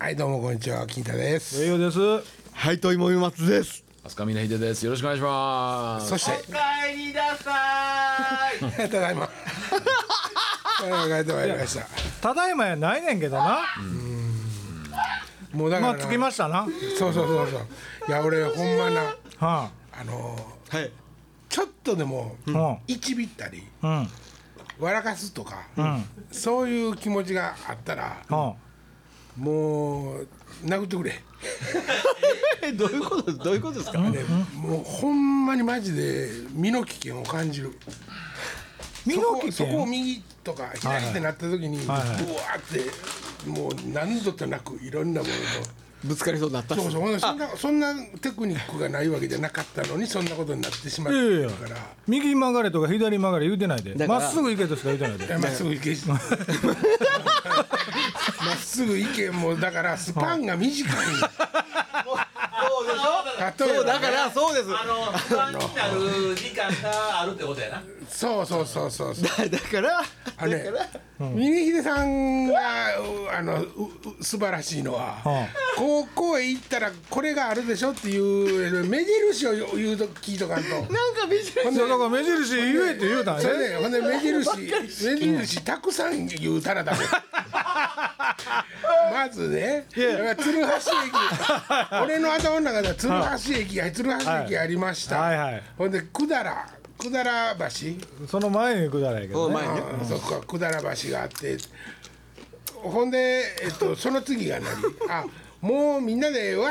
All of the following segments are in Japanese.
はいどうもこんにちは金太です栄養です。はい、といもみまつです。飛鳥峰秀です。よろしくお願いします。そしてお帰りなさいただいま帰ってまいりましたただいまやないねんけどな。もうだかまらあなつきましたな。はそうそうそうそういや俺ほんまなあ。あのーはい。ちょっとでもうん。いちびったりうん。うん。笑かすとか、うん。そういう気持ちがあったらもう殴ってくれ、え、どういうこと、どういうことですか。でもうほんまにマジで身の危険を感じる身そのこ危そ険。こを右とか左ってなった時に、はいはいブワーってもう何度となくいろんなものと。ぶつかりそうになった。そうそうほんでそんなそんなテクニックがないわけじゃなかったのにそんなことになってしまっいやいてやるから。右曲がれとか左曲がれ言うてないで。だからまっすぐ行けとしか言うてないいで。やまっすぐ行けま っすぐ行けもうだからスパンが短いそうでしょ例えばだから、そうです。あの不安になる時間があるってことやなそうそうそうそうそうだだから。あのね峰秀さんがうあのうう素晴らしいのは、高校へ行ったらこれがあるでしょっていう 目印を言うと聞いとかんとなんか、ビジネほんそでうだから目印言えって言うたんそやれで。で、ほ んで目印、目印たくさん言うたらダメ。まずね、だから鶴橋 駅、俺の頭の中では鶴橋駅が鶴橋駅ありました。はいはいはいほんで百済百済橋、その前に行くだらやけどおね。前ね。あ そこは百済橋があって、ほんでえっとその次 が何？あ、もうみんなでわ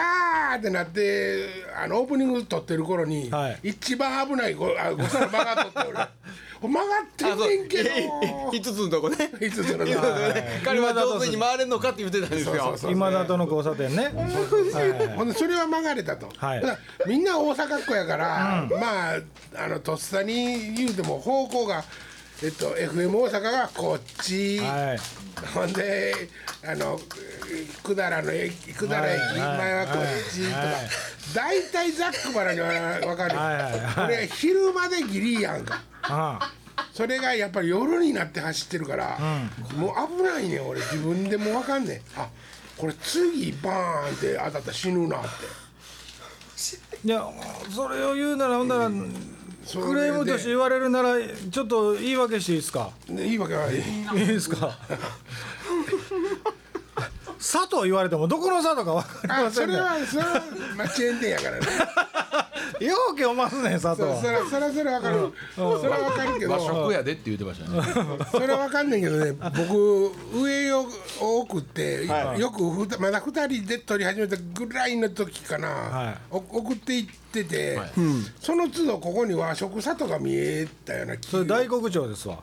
ーってなってあのオープニング撮ってる頃に、はい一番危ないごあごさの曲がっ とって俺。曲がってんねんけど。五つのとこね。いつその五つのとこね彼は今だと上手に回れんのかって言ってたんですよ。今だとの交差点ね。ほんでそれは曲がれたと、はいだからみんな大阪っ子やから、まああのとっさに言うても方向が、えっと、FM 大阪がこっち、はい。 ほんであの百済の駅百済駅はい前はこっちとか、はい大体ざっくばらには分かる、はいはいはいこれ昼までギリやんかあそれがやっぱり夜になって走ってるから、もう危ないねん俺自分でも分かんねんあこれ次バーンって当たったら死ぬなっていやそれを言うならほんならそれでクレームとして言われるならちょっと言い訳していいですか。ねいいわけ はいいいいですか。佐と言われてもどこの佐とかわかりあませそんねれ。はそれはまあチェーン店や からねようけおますね佐そそ藤。らそらそら分かるそれは分かるけ和ど食やでって言ってましたね。それは分かんねんけどね僕上を送ってよくふたまだ2人で撮り始めたぐらいの時かはないお送っていっててうんその都度ここに和食さとか見えたような気それ大黒町ですわ。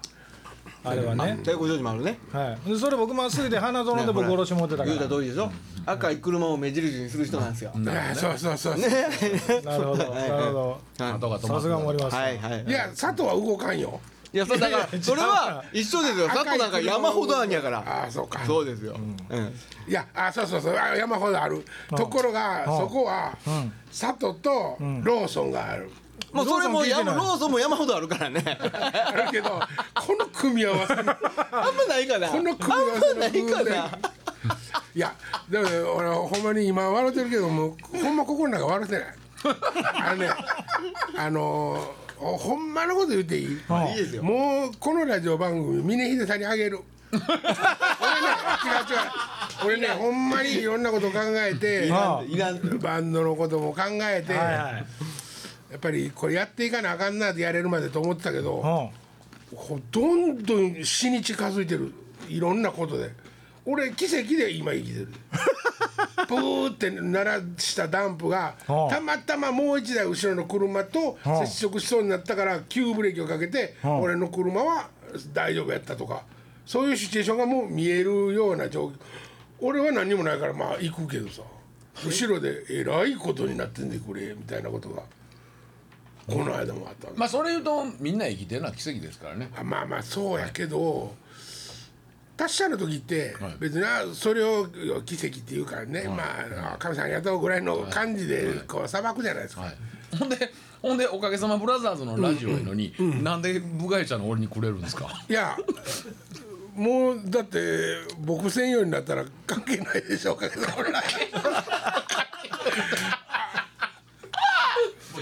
あれはね。大工場にもあるね。はい。でそれ僕まっすぐで花園で僕殺し持ってたか言うたら。通りでしょ赤い車を目印にする人なんですよ。ああそうそうそうそう、なるほど。なるほど。は後が止まさっすが森松い。さん。はい、はいい。や佐藤は動かんよいや、そう、だから、それは一緒ですよ。佐藤なんか山ほどあんやから。ああそうかそうですよ。うん。いやあそうそうそうあ山ほどあるところがそこは佐藤とローソンがある、もうそれもローソン聞いて山ないローソンも山ほどあるからね。あるけどこの組み合わせの あんまないかな。この組み合わあんませないの偶か然な。いやでもね俺ほんまに今笑ってるけどもうほんま心の中笑ってないあのねあのーほんまのこと言っていいはいいですよ。もうこのラジオ番組峰秀さんにあげる俺ね違う違う俺ねほんまにいろんなこと考えてあいらん。バンドのことも考えて、はいはい。やっぱりこれやっていかなあかんなってやれるまでと思ってたけうど、ん。こうどんどん日に近づいてるいろんなことで俺奇跡で今生きてるブーって鳴らしたダンプがうんたまたまもう一台後ろの車と接触しそうになったから急ブレーキをかけてん俺の車は大丈夫やったとかそういうシチュエーションがもう見えるような状況俺は何にもないからまあ行くけどさ後ろでえらいことになってんでくれみたいなことがこの間もあったのまあそれ言うとみんな生きてるのは奇跡ですからね。あまあまあそうやけど達者の時って別になそれを奇跡っていうからね、まああ神さんありがとうぐらいの感じでこう裁くじゃないですか、はい。ほんでほんでおかげさまブラザーズのラジオやのに、なんで部外者の俺にくれるんですか。いやもうだって僕専用になったら関係ないでしょうかけどもう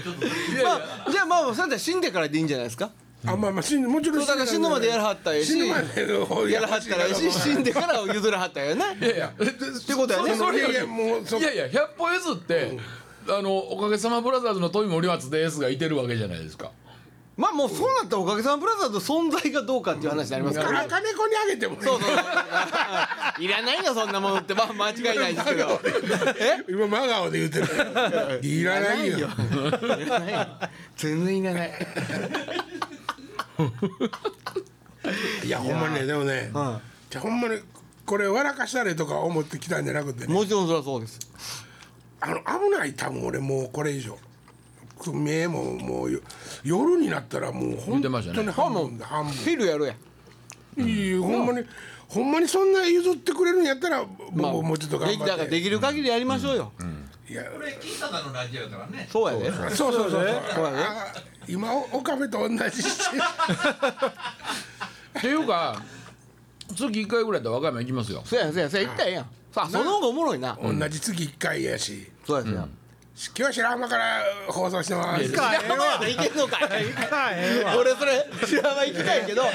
ちょっとまあじゃあまあそうやったら死んでからでいいんじゃないですかあまあまあ死んもちろんそうだから死ぬまでやらはったらええし死ぬまでのやらはったらええし死んでから譲らはったらええないやいや、ってことやねそれよいやいやりももううそいやいや百歩譲って、あのおかげさまブラザーズの富森松ですがいてるわけじゃないですか。まあもうそうなったらおかげさんブラザーズの存在がどうかっていう話になりますからあ金子にあげてもいいそうそうそういらないよそんなものってまあ間違いないですけどえ今真顔で言ってるいらないよいらない全然いらないいやほんまにねでもね、はじゃあほんまにこれ笑かしたれとか思ってきたんじゃなくてねもちろんそりゃそうですあの危ない多分俺もうこれ以上目ももうよ夜になったらもう本当てましたねに半分だ半分昼やろうやいいほんまにほんまにそんな譲ってくれるんやったらまあもうもうちょっと頑できた張らってできる限りやりましょうよいやこれ金さんのラジオやか らねそうやでそうそうそうそうそうだねあ今お岡部と同じ してるっていうか月一回ぐらいだったら和歌山行きますよ。そうやそうやそうや行ったらええやんさあその方がおもろいな同じ月1回やしそうやそうや今日白浜から放送してます白浜やったら行けんのかいあええわ俺それ白浜行きたいけど行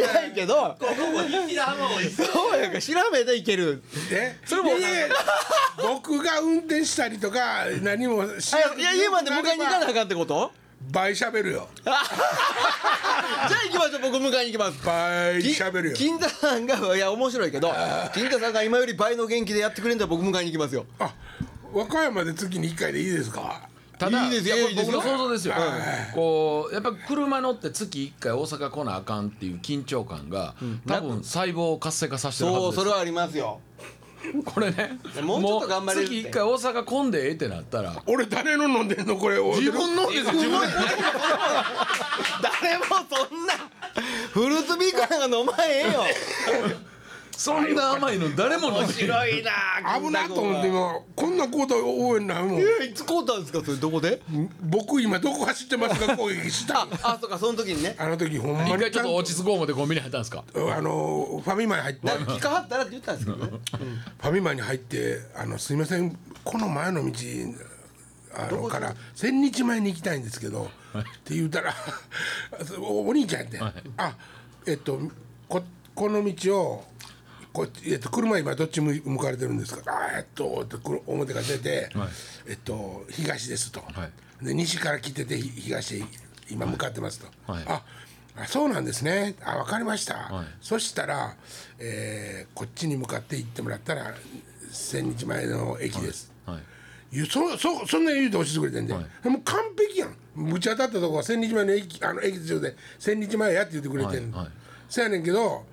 やきたいけどここも日平浜を行くそうやんか白浜やったら行けるえそれもいやいや僕が運転したりとか何もしあいや家まで迎えに行かなあかんってこと 倍しゃべるよじゃあ行きましょう僕迎えに行きます倍しゃべるよ金田さんがいや面白いけど金田さんが今より倍の元気でやってくれんだら僕迎えに行きますよあ和歌山で月に1回でいいですかただいいですやこいれいです僕よの想像ですよ。こうやっぱ車乗って月一回大阪来なあかんっていう緊張感が、多分細胞を活性化させてるはずそうです。それはありますよこれね もうちょっと頑張れるってもう月一回大阪混んでええってなったら俺誰の飲んでんのこれ自分のですよ自分の誰もそんなフルーツビーカーなんか飲まへんよそんな甘いの 誰も飲んでない白いな危なと思って今こんなこと応援ないもんいつ買うたんですかそれどこで僕今どこ走ってますか攻撃したあんあそうかその時にねあの時ほんま一に回ちょっと落ち着こう思ってコンビニ入ったんですかあのファミマに入ってなんか聞かはったらって言ったんですけどねファミマに入って「あのすいませんこの前の道あのから千日前に行きたいんですけど」って言うたら おお兄ちゃんやって「あえっとここの道をこっちえっと、車今どっち向い向かれてるんですか?」あーえっと」ってこの表から出て、はいえっと「東です」と、はで「西から来ててひ東へ今向かってます」と「はいああそうなんですねあ分かりました」はいそしたら、えーこっちに向かって行ってもらったら千日前の駅です、はいいやそそそんな言うて教えてくれてんで、はいもう完璧やんぶち当たったとこは千日前の駅あの駅上で千日前やって言ってくれてん、はいはいそやねんけど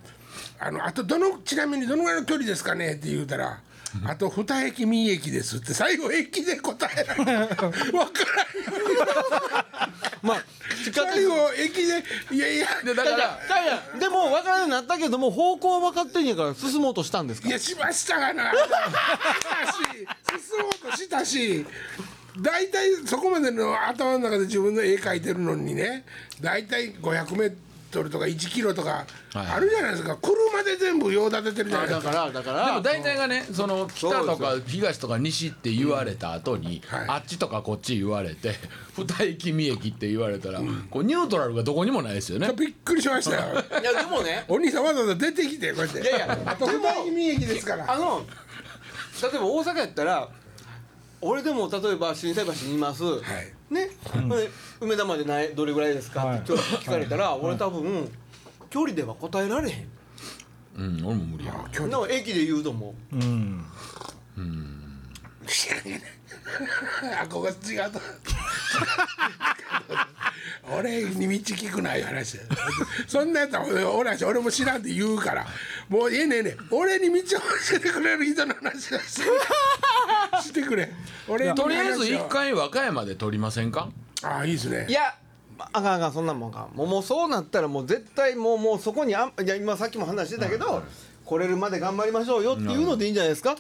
あのあとどのちなみにどのぐらいの距離ですかねって言うたら「あと二駅三駅です」って最後駅で答えられ ない分からんまあ仕方ない最後駅で「いやいや」でだだかかららだからでも分からんようになったけども方向は分かってんやから進もうとしたんですかいやしましたがなしたし進もうとしたし大体そこまでの頭の中で自分の絵描いてるのにね大体500メートルとか1キロとかはいあるじゃないですか、車で全部用立ててるじゃないでだすかからだかでもら大体がねその北とか東とか西って言われた後に、うんはいあっちとかこっち言われて 二駅三駅って言われたら、こうニュートラルがどこにもないですよねびっくりしましたよいやでもねお兄さんわざわざ出てきてこうやっていやいやあとで二も駅三駅ですからあの例えば大阪やったら俺でも例えば心斎橋にいます、ね、ほんで梅田までないどれぐらいですかって聞かれたら、俺多分距離では答えられへん、うん俺も無理やわ距離の駅で言うともうん知らんけど あここ違うと俺に道聞くない話そんなやつは俺おらんし俺も知らんって言うからもうええねんええねん俺に道を教えてくれる人の話を してしてくれ俺の話をとりあえず一回和歌山で撮りませんかああいいですねいやまあかんあかんそんなんもんあかんもうもうそうなったらもう絶対もうもうそこにあんいや今さっきも話してたけど、来れるまで頑張りましょうよっていうのでいいんじゃないですか、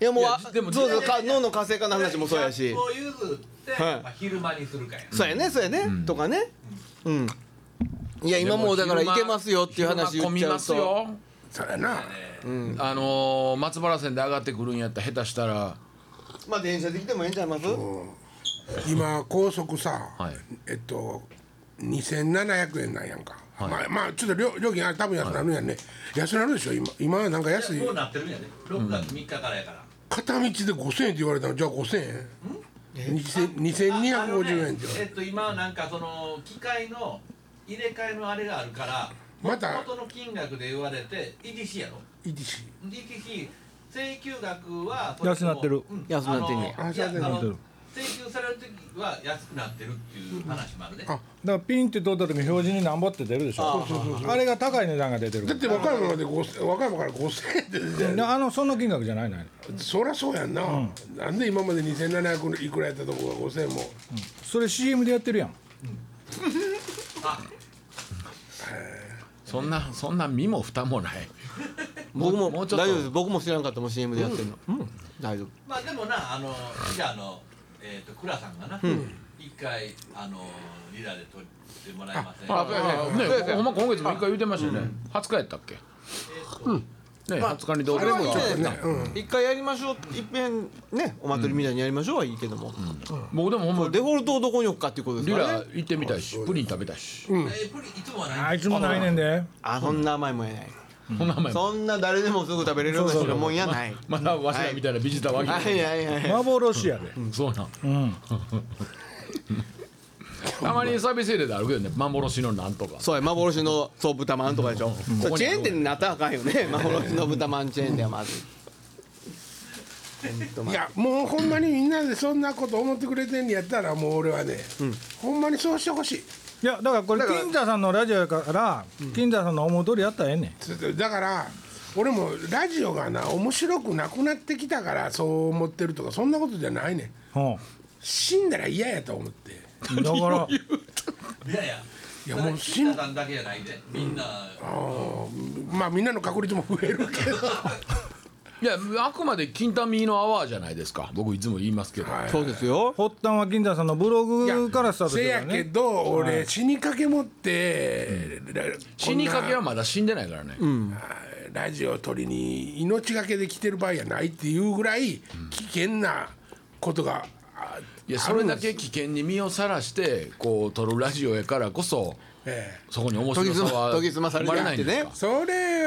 いやもういやあでもそうそういやいやかいや脳の活性化の話もそうやし、こう譲って、はいまあ、昼間にするかやそうやねそうやね、とかねうんい や今もうだからでも行昼け間ますよっていう話言昼間混っみちゃまうすとよそれなあのー松原線で上がってくるんやったら下手したらまあ電車で来てもええんちゃいます今高速さ、はいえっと2700円なんやんか、まあまあちょっと料料金あれ多分安なるんやね、安なるでしょ今今はなんか安いこうなってるんやね6月3日からやから、片道で5000円って言われたのじゃあ5000円2000 2250円って言わえれっと今なんかその機械の入れ替えのあれがあるからまた元々の金額で言われて EDC やろたいいし EDC 請求額は安なってるうん安なってんねやあのいや安なあってるの請求される時は安くなってるっていう話もあるね、あからピンって取った時に表示に何ぼって出るでしょあれが高い値段が出てるだって和歌山まで5000和歌山から5000円って出てであのそんな金額じゃないないそりゃそうやんな、なんで今まで2700いくらやったとこが5000円もそれ CM でやってるやんそんなそんな身も蓋もない 僕ももう大ちょ丈っと夫です僕も知らんかったもん CM でやってるのうん大丈夫まあでもなあのじゃあのえっ、と倉さんがな一、回あのリラで取ってもらえませんあかあねそうですよほんま今月も一回言うてましたよね20日やったっけね20日にどうあれはいいかじゃないですかう一回やりましょう一遍ねお祭りみたいにやりましょうはいいけども僕でもほんまデフォルトをどこに置くかっていうことですリからラね行ってみたいしプリン食べたいしえープリンいつもはないあいつもないねんであそんな甘いもんやないそんな名前そんな誰でもすぐ食べれるような品もんやないまだわしらみたいなビジターわけはいはいはい幻やでそうなん、たまにサービスエリアであるけどね幻のなんとかそうや幻のそう豚まんとかでしょ、それチェーン店になったらあかんよね 幻の豚まんチェーン店はまずいやもうほんまにみんなでそんなこと思ってくれてんのやったらもう俺はね、ほんまにそうしてほしいいやだからこれから金田さんのラジオやから金田さんの思う通りやったらええねんつだから俺もラジオがな面白くなくなってきたからそう思ってるとかそんなことじゃないねんほ死んだら嫌やと思ってうだからいやいやいやもう死死んんだんだけじゃないでみんな、あーまあみんなの確率も増えるけど、いやあくまで金タミーのアワーじゃないですか僕いつも言いますけど、はいそうですよ発端は金田さんのブログからスタートしせてやるかけらねど俺死にかけ持って、らこんな死にかけはまだ死んでないからね、ラジオを取りに命がけで来てる場合やないっていうぐらい危険なことが、あいやそれだけ危険に身をさらしてこう撮るラジオやからこそええそこに面研ぎ白さ澄まは研ぎ澄まされ生まてれやなっいてんですねかそれ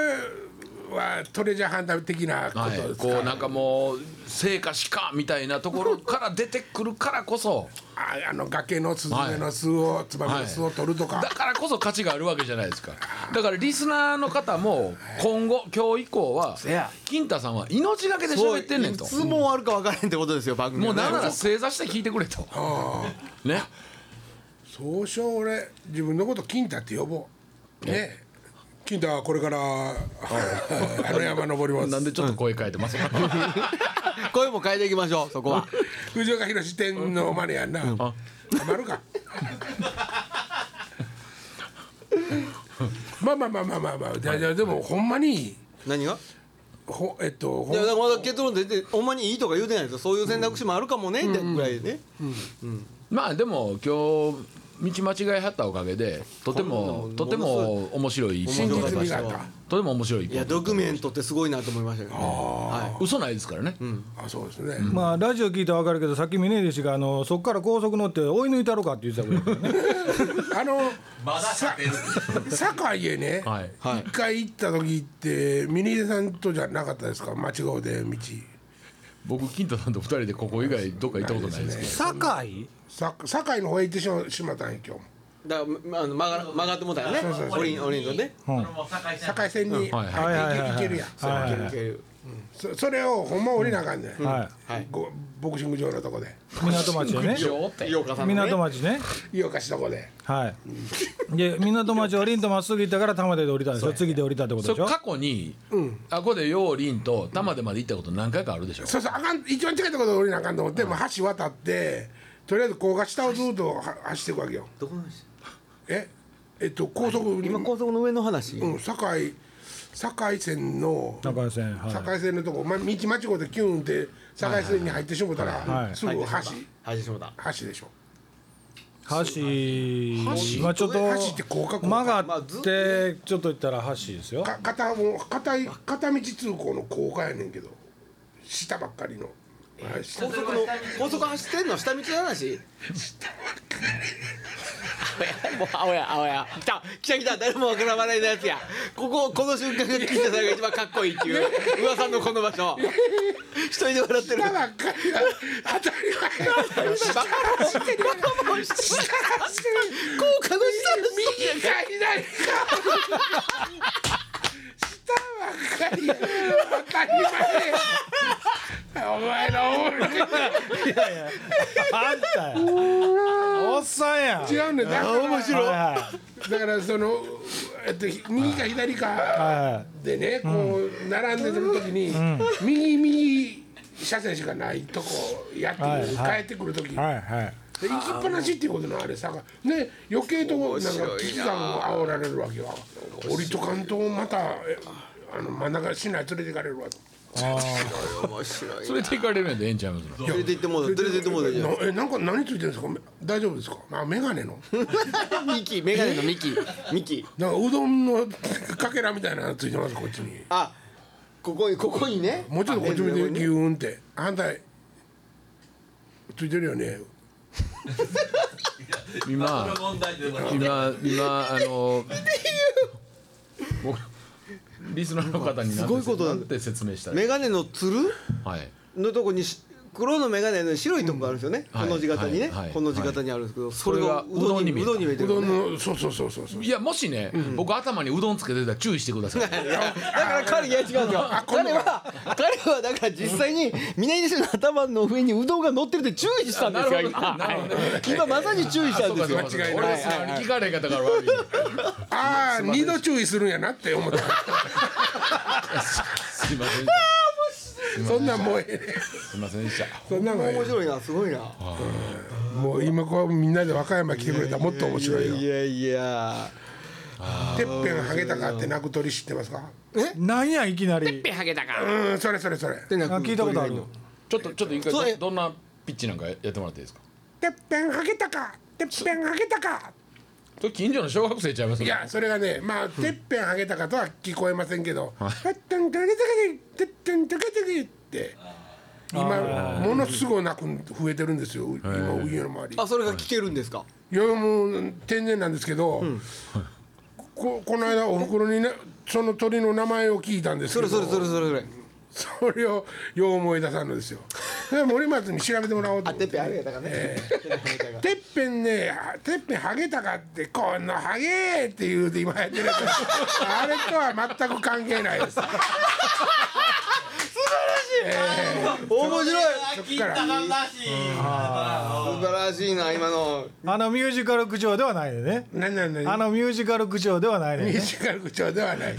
はトレジャーハンター的なことはでい、すか、こうなんかもう成果しかみたいなところから出てくるからこそああの崖のスズメの巣を、ツバメの巣を取るとか、だからこそ価値があるわけじゃないですかだからリスナーの方も今後今日以降はや金太さんは命がけでそう喋ってんねんといつも終わるか分からへんってことですよ番組もはうねなんなら正座して聞いてくれとね総称俺自分のこと金太って呼ぼうね金太はこれからあの山登りますなんでちょっと声変えてますか声も変えていきましょうそこは藤岡弘店のマネやんな、たまるか まあまあまあまあまあまあじゃあじゃあでもほんまに何がほえっとほいんやだからまだ結論出てほんまにいいとか言うてないですよそういう選択肢もあるかもねってぐらいでねまあでも今日道間違えはったおかげでとてもとても面白い真一本実出ま味しがたあったとても面白い一いや本ドキュメントってすごいなと思いましたけどねは嘘ないですからね、あそうですね、まあラジオ聞いたら分かるけどさっき峰岸があのそっから高速乗って追い抜いたろかって言ってたぐらいだからねあのまだ勝てる堺へね、はいはい一回行った時って峰秀さんとじゃなかったですか間違うで道僕金太さんと二人でここ以外どっか行ったことないですけど堺さ堺の方へ行ってしましまったんよ今日もいだからまあの曲が曲がってもうたよねオリンオリンとねそのもう堺線堺線にはいはいはい入っていけるやんはいはいはいいけるそそれをほんま降りなあかんね、んははいごボクシング場のとこでい港町やねよって井岡さんのね港町ね井岡市のとこではいで港町降りんとまっすぐ行ったから玉手で降りたんでしょ次で降りたってことそでれしょ過去に、あここで楊林と玉でまで行ったこと何回かあるでしょ、そうそうあかん一番近いところで降りなあかんと思って、もう橋渡ってとりあえず高架下をずっとは走っていくわけよどこの話ええっと高速今高速の上の話うん、堺堺線の中井線は堺線のとこ、ま、道間違うてキューンって堺線に入ってしもたら、はいすぐ橋、はいしもうた橋でしょ箸箸まあちょっと箸ってこうかこうか曲まがあっずっとてちょっと言ったら箸ですよか片も片い片道通行の高架やねんけど下ばっかりの、はい、下高速の高速走ってんの下道の話青や青や来た来た来た誰もわからないやつやこここの瞬間が岸田さんが一番かっこいいっていう噂のこの場所一人で笑ってる下ばっかりが当たり前バカもしてるバカもしてる効果の下右か左か下ばっかりが当たり前やお前らおもろいあんたやおっさんや違うねんだから面はいはだからその、えっと、右か左かでねこう並んでる時に右右車線しかないとこやってくる、はいは帰いってくる時、いはいはいで行きっぱなしっていうことのあれさがね余計となんか危機感を煽られるわけよ降りとかんとまたえあの真ん中市内連れていかれるわ面白いそれで行かれるんやでええんちゃいますの連れて行ってもうた連れて行ってもうたじゃなえなんか何ついてるんですかめ大丈夫ですかあ眼鏡のんミキメガネのミキミキなんかうどんのかけらみたいなのついてますこっちにあここにここにねもうちょっとこっち見てギューンって反対ついてるよねこ今れ問題でございます今今あの僕リスナーの方にすごいことだなんて説明したらメガネのつるはいのとこにし黒の眼鏡の白いとこがあるんですよね、はいこの字型にね、はいはいこの字型にあるんですけど、それれががうどんにうどんに見えうたどんに見えてうどるよね、んのそうそうそうそうそういやもしね、僕頭にうどんつけてたら注意してくださいだから彼いや違うんですよ彼は彼はだから実際に南西の頭の上にうどんが乗ってるって注意したんですよ今なるほどねはい今まさに注意したんですよそうかそうか間違いない俺は素直に聞かれへんかったから悪いああ二度注意するんやなって思ったすいませんそんなんもうええねすいませんでしたそんなんもうええ面白いなすごいなもう今こうみんなで和歌山来てくれたらもっと面い白やいよ。いやいやてっぺんハゲタカって泣く鳥知ってますか？なんやいきなりハゲたかうんそれそれそれ。てなあ聞いたことあるちょっとちょっと一回そうえどどんなピッチなんかやってもらっていいですかてっぺんハゲタカてっぺんハゲタカ。それ近所の小学生ちゃいますいやそれがねまあてっぺんハゲタカとは聞こえませんけど。てっぺんハゲタカでてっぺんハゲタカでって。今ものすごい泣く増えてるんですよ今家の周りあそれが聞けるんですかいやもう天然なんですけど、ここの間おふくろにねその鳥の名前を聞いたんですそけれどそれそれそれそれそれをよう思い出さんのですよ。で森松に調べてもらおうとあ思って。てっぺんハゲたかね、てっぺんね、あてっぺんハゲたかって、こんなハゲーって言うて今やってるやつ。あれとは全く関係ないです。面白い聞いたがらしい素晴らしいな今のあのミュージカル口調ではないでねなんなんなん。あのミュージカル口調ではないミュでーねジカル口調ではない。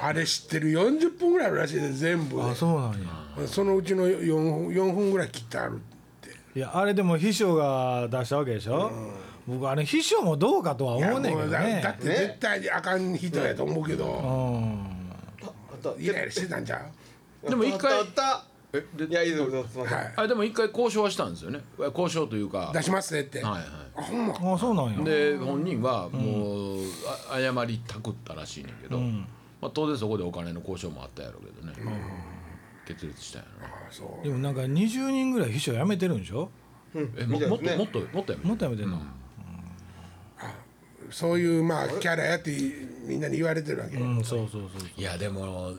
あれ知ってる40分ぐらいあるらしいです、全部で。あそうなんやそのうちの4分、四分ぐらい切ってあるって。いやあれでも秘書が出したわけでしょ、僕あれ秘書もどうかとは思うねんけどいやもうだだっねて絶対にあかん人やと思うけうど、んイライラしてたんじゃうでも一回あったあったいやいいぞどうぞすいませんはい。あでも一回交渉はしたんですよね交渉というか出しますねって。はいはあほんま。あそうなんやいで本人はもう、あ謝りたくったらしいねんけど、まあ、当然そこでお金の交渉もあったやろうけどね、決裂したんやあそう。でもなんか20人ぐらい秘書辞めてるんでしょな、えみもたいもっでとすねもっともっとやめもっと辞めてんの、そういうまあキャラやってみんなに言われてるわけ、うん、そうそうそういやでも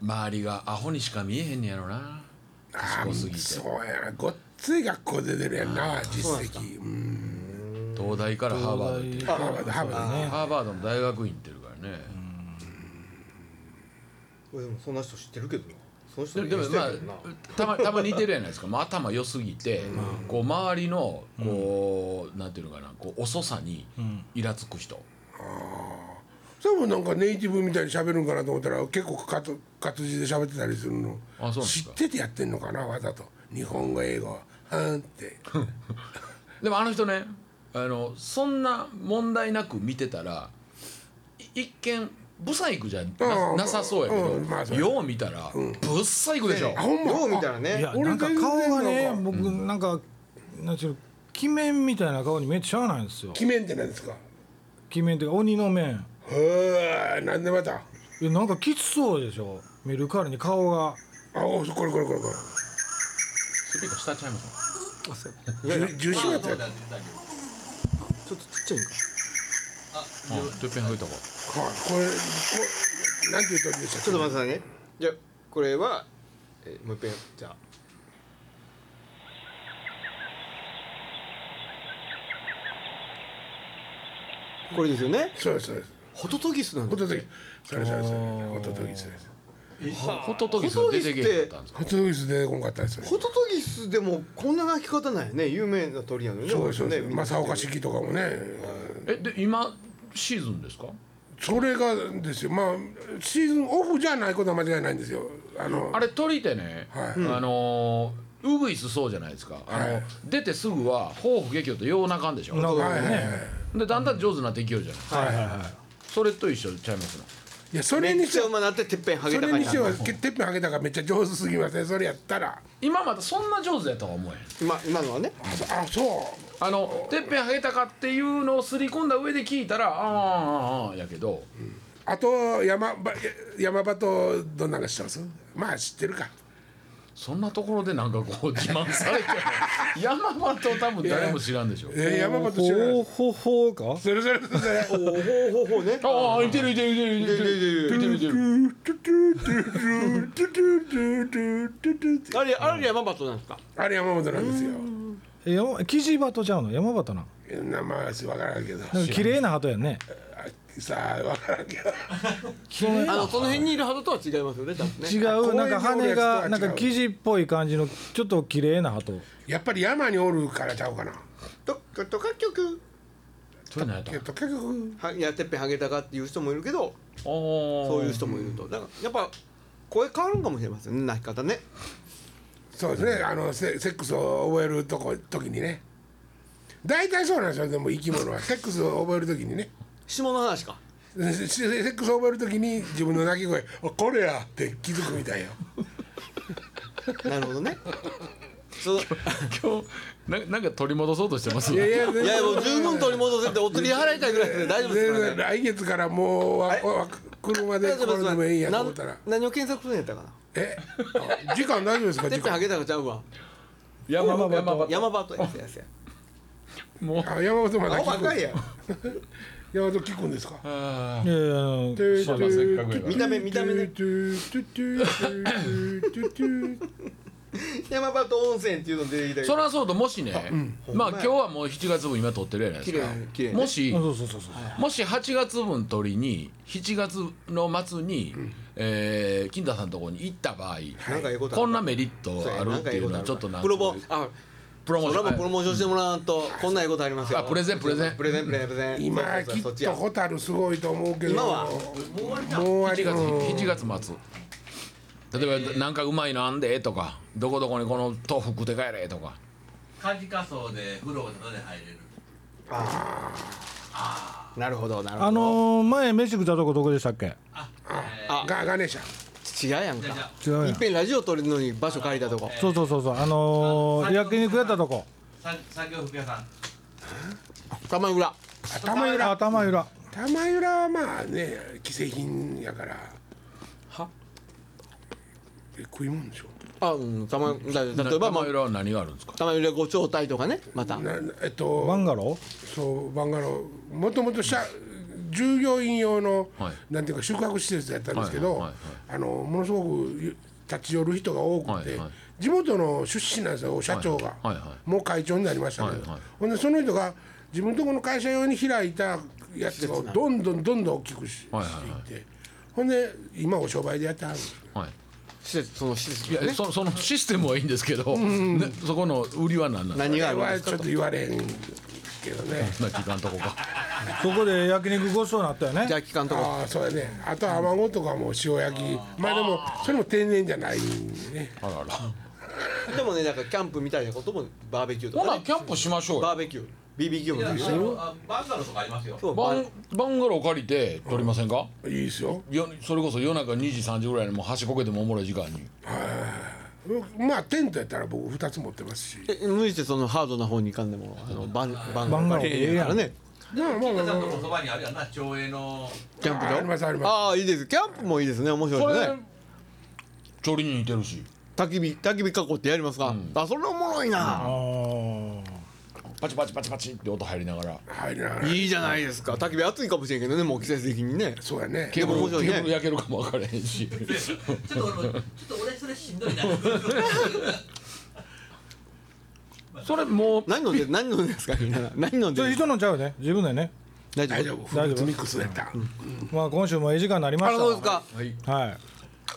周りがアホにしか見えへんねやろなあ賢すぎあてそうやなごっつい学校で出てるやんな実績うん東大からハーバード行ってるハーバードハーバードねハーバードの大学院行ってるからね、俺でもそんな人知ってるけどなその人ででもまあたまたま似てるじゃないですかもう頭良すぎて、こう周りのこう、なんていうのかなこう遅さにイラつく人、それもなんかネイティブみたいに喋るんかなと思ったら結構かつ活字で喋ってたりするのあそうなんで知すっかててやってんのかなわざと日本語英語はんっ てでもあの人ねあのそんな問題なく見てたらい一見ブサイクじゃうなんなさそうやけど、うんまあそうやよう見たら、ブッサイクでしょ、あほんまよう見たらいねや俺なんか全然顔がなねんか僕なんかなんちゅうの鬼面みたいな顔にめっちゃ合わないんですよ鬼面って何ですか鬼面っていうか鬼の面へえなんでまたえなんかきつそうでしょ見るからに顔があおこれこれこれこスピーカー下ちゃいますれじゅ重心やったやそうつだかって言ったけどちょっとちっちゃいんかあかうんてっぺん入ったかこれこれなんて言うとりでしたっちけょっと待ってくださいねじゃあこれは、えーもう一遍じゃあこれですよねそうですそうですホトトギスなんホだトトギそれそれそれホトトギスですホットトギスが出てけへんかったんですかホトトギス出てこんかったですよホトトギスでもこんな鳴き方ないよね有名な鳥やのにねそうそうそうみんな知っ正てる岡式とかもねえで今シーズンですかそれがですよまあシーズンオフじゃないことは間違いないんですよあのあれ鳥ってね、はいあのーウグイスそうじゃないですか、あのはい出てすぐは抱負劇をとようなかんでしょなんはいはかいはいねでだんだん上手になっていきよるじゃない、はいはいはいそれと一緒ちゃいますのいやそれめにっしてちゃは馬なっててっぺんハゲそたれかににしてはてっぺんはげたからめっちゃ上手すぎませんそれやったら今またそんな上手やとは思えへん今今のはねあそあそうあのてっぺんハゲたかっていうのを刷り込んだ上で聞いたらああああやけどあと山場山場とどんなんか知ってますまあ知ってるかそんなところでなんかこう自慢されても山場と多分誰も知らんでしょえー、山場と知らないほうほほうかそれそれそれほうほうほうねああいてるいてるいてるいてるいてるいてるあれあれ山バトなんですか あれ山本なんですよえ山キジバトちゃうの山端なん名前は分からんけどなんか綺麗な鳩やんねあさあ分からんけど綺麗あのその辺にいるハトとは違いますよね多分ね違公う園なんかにおるやつ羽とは違がうなんか生地っぽい感じのちょっと綺麗な鳩やっぱり山におるからちゃうかなとかとか曲それ何やったけど結局はいやてっぺんハゲたかっていう人もいるけどそそういう人もいるとだからやっぱ声変わるんかもしれませんね鳴き方ねそうですねあのセセックスを覚えるとこ時にね大体そうなんですよでも生き物 はセックスを覚える時にね下の話かセセックスを覚える時に自分の鳴き声「あこれや!」って気づくみたいよなるほどね そう今日ななんか取り戻そうとしてますいやいやいやもう十分取り戻せてお釣り払いたいぐらいで大丈夫ですから全然ね来月からもうわわ車で大丈こ夫れでもいいんでやすとな思ったら何を検索するんやったかなえあ時間大丈夫ですかて時っぺん間ハゲたかちゃうわ山 場山場山バトやつやつやもうあ山本まだ青ば聞っくかりや山本聞くんですかあいやいやなんかーまあせっかくやから見た目見た目 ね山バト温泉っていうの出てきたけそどりゃそうともしねまあ今日はもう7月分今撮ってるやない綺です麗かに綺麗にもしそうそうそうそうもし8月分取りに7月の末に、えー金田さんのところに行った場合なんかええことあるこんなメリットあるっていうのはちょっとなんかんプロとボあプロモーそシれもプョロンモーションしてもらわんとこんないことありますよあプレゼンプレゼンプレゼンプレゼンプレゼン今そうきそうそうそっっちとやホタルすごいと思うけど今はもう終わりだもう終わり7月7月末例えば、なんかうまいのあんでとかどこどこにこの豆腐食って帰れとかカジカソで風呂がタダで入れるなるほどなるほどあのー前飯食ったとこどこでしたっけあえーあガガネーシャ違うやんじゃあじゃか違うあやいんっぺんラジオ撮るのに場所借りたとこそうそうそうそうあのあーの焼肉やったとこさ作業服屋さん玉浦玉玉浦頭裏玉浦はまあね既製品やからはえ食い物でしょあうん玉浦な例えばま玉あ浦は何があるんですか玉浦ご招待とかねまたなえっバンとガロそうバンガローもともと社従業員用の、はいなんていうか宿泊施設だったんですけど、はいはいはいあのものすごくゆ立ち寄る人が多くて、はいはい地元の出身なんですよ社長が、はいはいはいもう会長になりましたけど、はいはいほんでその人が自分とこの会社用に開いたやつをどんどんどんどん大きくし,、はいはいはいしていってほんで今お商売でやってはるんですはい施設その施設いやそそのシステムはいいんですけど、ねそこの売りは何なんですか何があそれはちょるんですかっと言われへんけどねそんな聞かんと こかそこで焼肉ごちそうになったよねじゃあ期間とかああそうやねあとは卵とかも塩焼きまあでもそれも天然じゃないんでねあらあらでもねなんかキャンプみたいなこともバーベキューとほかなねキャンプしましょうよバーベキュー BBQ いやあもねのあバンガローとかありますよそうババンバンガロー借りて撮りませんか、いいですよよそれこそ夜中2時3時ぐらいにもう端こけてもおもろい時間にまあテントやったら僕2つ持ってますしえ無理してそのハードな方に行かんでもあのバンバンバンガローええからねまあまあ金田まさあんとこのそばにあるやんな町営のキャンプああります場ありまああいいですキャンプもいいですね面こ白いでれすね調理に似てるし焚き火焚き火加工ってやりますか、あそれおもろいあな、ーパチパチパチパチって音入りながらす入りながらいいじゃないですか焚き火暑いかもしれんけどねもう季節的にねそうやねケーブでも面ル白いケねーブル焼けるかも分からへ んしちょっと俺もちょっと俺それしんどいなそれもう何飲んで何飲んでんですかみんな何飲んでそれる人のちゃうで自分でね大丈夫大丈夫フ大ル丈ーツ夫ミックスやったまあ今週もええ時間になりまあしたそうですかはいはい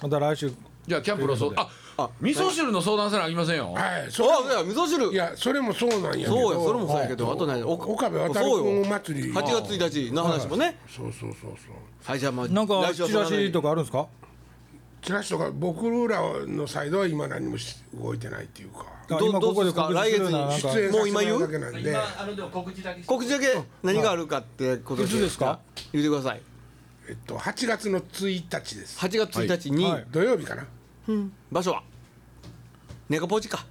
また来週じゃあキャンプのそうああ味噌汁の相談せなあきませんよはいそあれいや味噌汁いやそれもそうなんやけどそうやそれもそうやけどあとねお岡部渡そう君よ祭り8月1日の話もねそうそうそうそうはいじゃあまあなんか来週はチそのラ話シとかあるんですかチラシとか僕らのサイドは今何もし動いてないっていうかあど今ここでどうですか告知するような来なん出演さか月にもせうて今もら言ううだけなんで今あのでも告知だけして告知だけ何があるかってこといつですか言ってくださいえっと8月の1日です8月1日にはい土曜日かな場所はネガポジか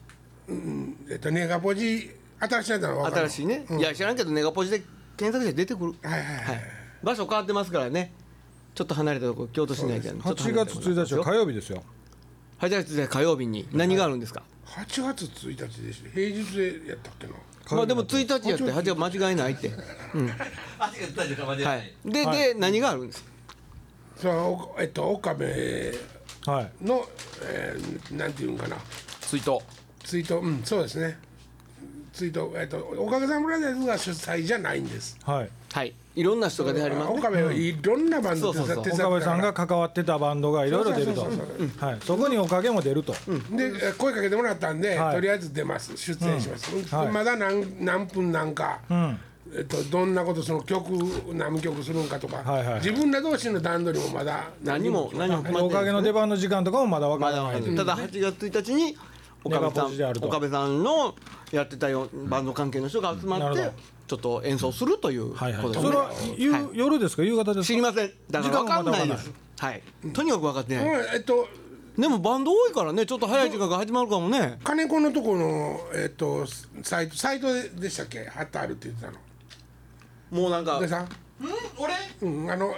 えっとネガポジ新しいやつなの分かる新しいねいや知らんけどネガポジで検索して出てくるはいはいはい場所変わってますからねちょっと離れたところ京都市内じゃん8月1日は火曜日ですよ8月1日火曜日に何があるんですか8月1日です平日でやったっけなまあでも1日やって8月間違いないってあてが大丈夫か間違いはないいではで何があるんですかそうえっと岡部はいの、えー、なんていうんかな水筒ツイートうんそうですねツイートえっとおかげさんブラザーズが主催じゃないんですはいはいいろんな人が出はりますね岡部はいろんなバンド手伝そうそうそう手伝って岡部さんがたか関わってたバンドがいろいろ出るそとうそうそうはいそこにおかげも出るとらでえ声かけてもらったんで、はいとりあえず出ます出演します、はいまだ何何分なんか、うんえっと、どんなことその曲何曲するんかとか、はいはい自分ら同士の段取りもまだ何も何も決まってないおかげの出番の時間とかもまだ分かまらだなわいかんないただ8月1日に岡部さネガポジであるんと岡部さんのやってたよバンド関係の人が集まっなるてほちょっと演奏するというこはいはいとでそれは夕夜ですか夕方ですか知りませんだから時間分かはんまだないですはいとにかく分かってうんないえっとでもバンド多いからねちょっと早い時間が始まるかもね金子のとこの、えっと、サイトサイトでしたっけあったあるって言ってたのもうなんか岡部さんうん俺うんあの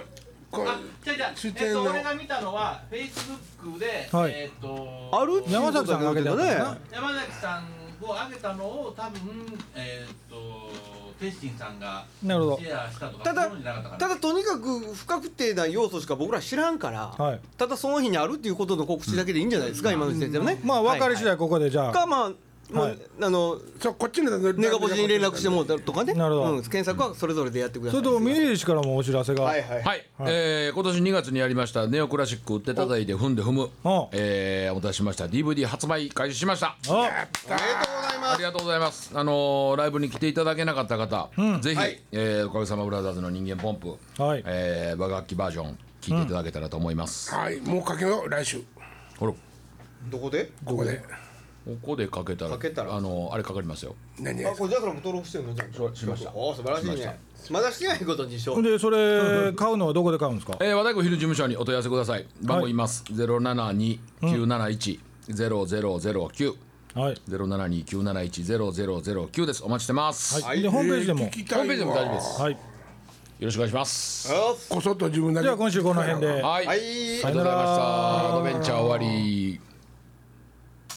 こあじゃじゃ出えっ演との俺が見たのはフェイスブックではいえっとあるっていうことだけ山崎どさんが上げたねやつな山崎さんを挙げたのを多分えーっと天心さんがシなるほどェアしたとかただそういうのじゃなかったたかだとにかく不確定な要素しか僕ら知らんから、はいただその日にあるっていうことの告知だけでいいんじゃないですか、今の時点ではね、まあ分かり次はい第ここでじゃはいかあまあ、もうはいあのそうこっちの段取りネガポジに連絡してもらったとかねなるほどうん、検索はそれぞれでやってくだそさいれとミネリ氏からもお知らせがはいはいはい、えー今年2月にやりましたネオクラシック売って叩いて踏んで踏むお、えー、お出ししました DVD 発売開始しましたあありがとうございますあのーライブに来ていただけなかった方、ぜひ、えーおかげさまブラザーズの人間ポンプ、はいえー和楽器バージョン聞いていただけたらと思います、はいもうかけよう来週ほらどこでここでここでかけたらかけたらあのーあれかかりますよ何あこれだからもう登録してるのじゃんしましたおー素晴らしいしまねまだしてないことにしようでそれ買うのはどこで買うんですかえー、和太鼓ヒル事務所にお問い合わせください番号言います、072-971-0009はい072-971-0009ですお待ちしてます、はいでホームページでも聞きたいわホームページでも大丈夫ですはいよろしくお願いしますよこそっと自分だけでは今週この辺ではい、はいありがとうございましたアドベンチャー終わり